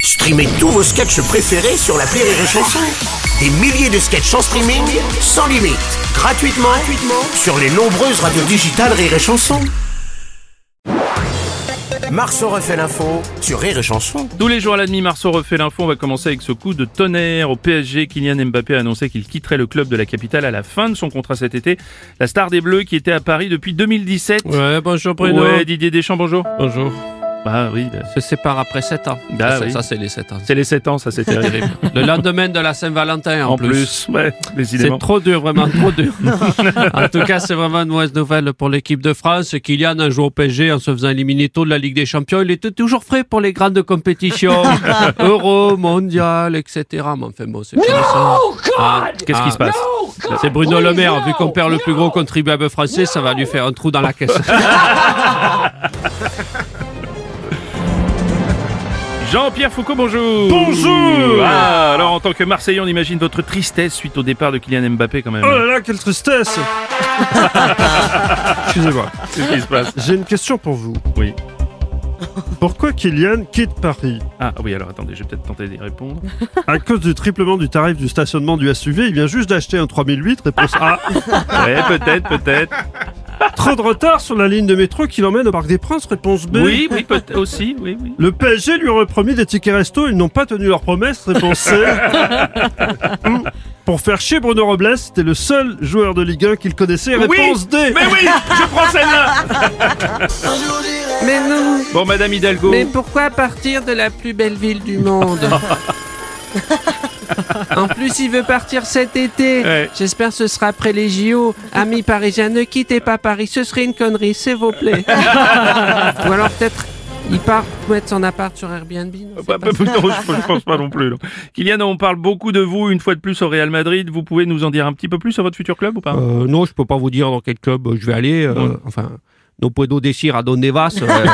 Streamez tous vos sketchs préférés sur la Rire et Chanson. Des milliers de sketchs en streaming, sans limite, gratuitement, gratuitement sur les nombreuses radios digitales Rire et Chanson. Marceau refait l'info sur Rire et Chanson. Tous les jours à la demi, Marceau refait l'info. On va commencer avec ce coup de tonnerre au PSG. Kylian Mbappé a annoncé qu'il quitterait le club de la capitale à la fin de son contrat cet été. La star des Bleus qui était à Paris depuis 2017. Ouais, bonjour Bruno. Ouais, Didier Deschamps, bonjour. Bonjour. Bah oui, bah, Se sépare après 7 ans. Bah ça, c'est- oui. ça, c'est les 7 ans. c'est les 7 ans, ça c'est C'est terrible. terrible. Le lendemain de la Saint-Valentin en, En plus, ouais, décidément. C'est trop dur, vraiment trop dur. en tout cas, c'est vraiment une mauvaise nouvelle pour l'équipe de France. Kylian a joué au PSG en se faisant éliminer tôt de la Ligue des Champions. Il était toujours frais pour les grandes compétitions. Euro, Mondial, etc. Mais enfin bon, c'est comme ça. Ah, Qu'est-ce qui se passe C'est Bruno Le Maire. Vu qu'on perd le plus gros contribuable français, ça va lui faire un trou dans la caisse. Jean-Pierre Foucault, bonjour. Bonjour. Ah, alors en tant que Marseillais, on imagine votre tristesse suite au départ de Kylian Mbappé quand même. Oh là là, quelle tristesse Excusez-moi, Qu'est-ce qui se passe j'ai une question pour vous. Oui. Pourquoi Kylian quitte Paris Ah oui, alors attendez, je vais peut-être tenter d'y répondre. À cause du triplement du tarif du stationnement du SUV, il vient juste d'acheter un 3008, réponse A. Ah. Ouais, peut-être, peut-être. Trop de retard sur la ligne de métro qui l'emmène au Parc des Princes, réponse B. Oui, oui, peut-être aussi, oui, oui. Le PSG lui aurait promis des tickets resto, ils n'ont pas tenu leur promesse, réponse C. Hmm. Pour faire chier Bruno Robles, c'était le seul joueur de Ligue 1 qu'il connaissait, réponse D. Mais oui, je prends celle-là. Mais non Bon, Madame Hidalgo. Mais pourquoi partir de la plus belle ville du monde En plus, il veut partir cet été. Ouais. J'espère que ce sera après les JO. Amis parisiens, ne quittez pas Paris. Ce serait une connerie, s'il vous plaît. Ou alors peut-être, il part mettre son appart sur Airbnb. non, c'est Bah, pas bah, non, je, je pense pas non plus. non. Kylian, on parle beaucoup de vous une fois de plus au Real Madrid. Vous pouvez nous en dire un petit peu plus sur votre futur club ou pas Euh, non, je peux pas vous dire dans quel club euh, je vais aller. euh, Enfin, no puedo decir a donde vas. Euh, euh,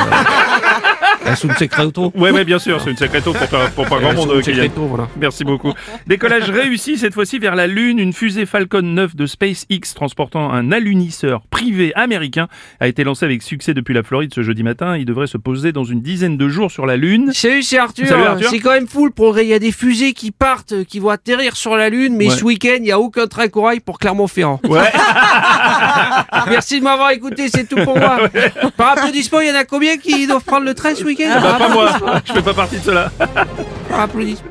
es un secreto. Ouais, ouais, bien sûr, c'est une secréto pour pas, pour pas grand Euh, monde, es un euh, Kylian. secreto, voilà. Merci beaucoup. Décollage réussi cette fois-ci vers la Lune. Une fusée Falcon 9 de SpaceX transportant un alunisseur privé américain a été lancée avec succès depuis la Floride ce jeudi matin. Il devrait se poser dans une dizaine de jours sur la Lune. Salut, c'est Arthur. Salut, Arthur. C'est quand même fou le progrès. Il y a des fusées qui partent, euh, qui vont atterrir sur la Lune, mais Ouais. ce week-end, il n'y a aucun train corail pour Clermont-Ferrand. Ah, Ouais. Merci de m'avoir écouté, c'est tout pour moi. Par applaudissement, il y en a combien qui doivent prendre le train ce week-end Ah, Bah, pas moi, je fais pas partie de cela. Par applaudissement.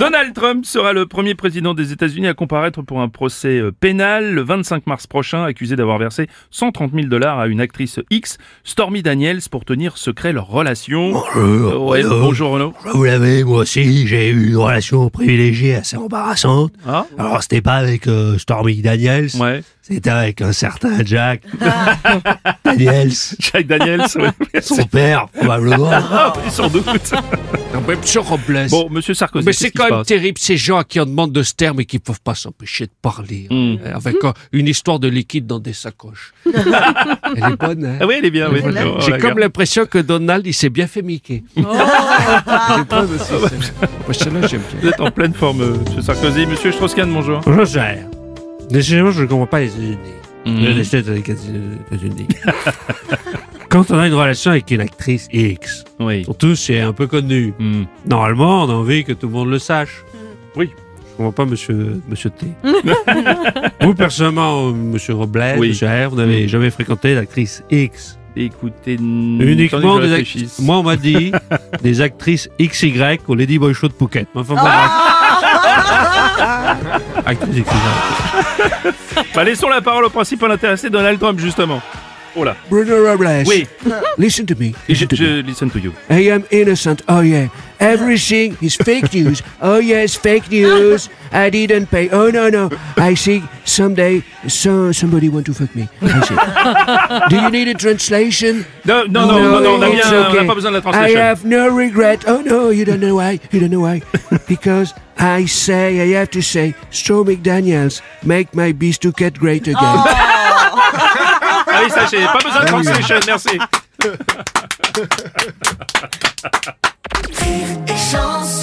Donald Trump sera le premier président des États-Unis à comparaître pour un procès euh, pénal le 25 mars prochain, accusé d'avoir versé 130 000 dollars à une actrice X, Stormy Daniels, pour tenir secret leur relation. Euh, Bonjour. Ouais, Bonjour. bonjour Renaud. Euh, Vous l'avez, moi aussi, j'ai eu une relation privilégiée assez embarrassante. Ah, Alors, c'était pas avec euh, Stormy Daniels, ouais. c'était avec un certain Jack Daniels, Jack Daniels, ouais. son père, probablement. Ah oui, sans doute. Bon, monsieur Sarkozy. Mais qu'est-ce c'est qui quand se même passe terrible ces gens à qui on demande de ce terme et qui peuvent pas s'empêcher de parler Mm. euh, avec euh, une histoire de liquide dans des sacoches. Elle est bonne. hein Ah oui, elle est bien. oui. Oh, J'ai la comme garde. l'impression que Donald il s'est bien fait miquer. Ah, bah. là j'aime bien. Vous êtes en pleine forme, euh, monsieur Sarkozy. Monsieur Strauss-Kahn, bonjour. Roger, décidément, je ne comprends pas les États-Unis. Mm. Le décès des États-Unis. Quand on a une relation avec une actrice X, Oui. surtout c'est un peu connu. Hmm. Normalement, on a envie que tout le monde le sache. Oui. Je comprends pas, monsieur, monsieur T. vous, personnellement, euh, monsieur Robles, Oui. Mm. monsieur R, vous n'avez jamais fréquenté l'actrice X. Écoutez, Uniquement des actrices. actrices. Moi, on m'a dit des actrices XY au Lady Boy Show de Phuket. Mais Enfin, bon, bref. Actrices XY. Bah, laissons la parole au principal intéressé, Donald Trump, justement. Oh là. Bruno Robles. Oui. Listen to me. Je, je listen to you. I am innocent. Oh yeah. Everything is fake news. Oh yes, fake news. I didn't pay. Oh no no. I think someday so somebody want to fuck me. I think. Do you need a translation? Non, non, non, non, non, on a it's bien- on n'a okay. pas besoin de la I translation. have no regret. Oh no, you don't know why. You don't know why. Because I say, I have to say, Storm McDaniels, make my beast to get great again. Ah oui, sachez, pas besoin de translation, merci. Rire et chanson.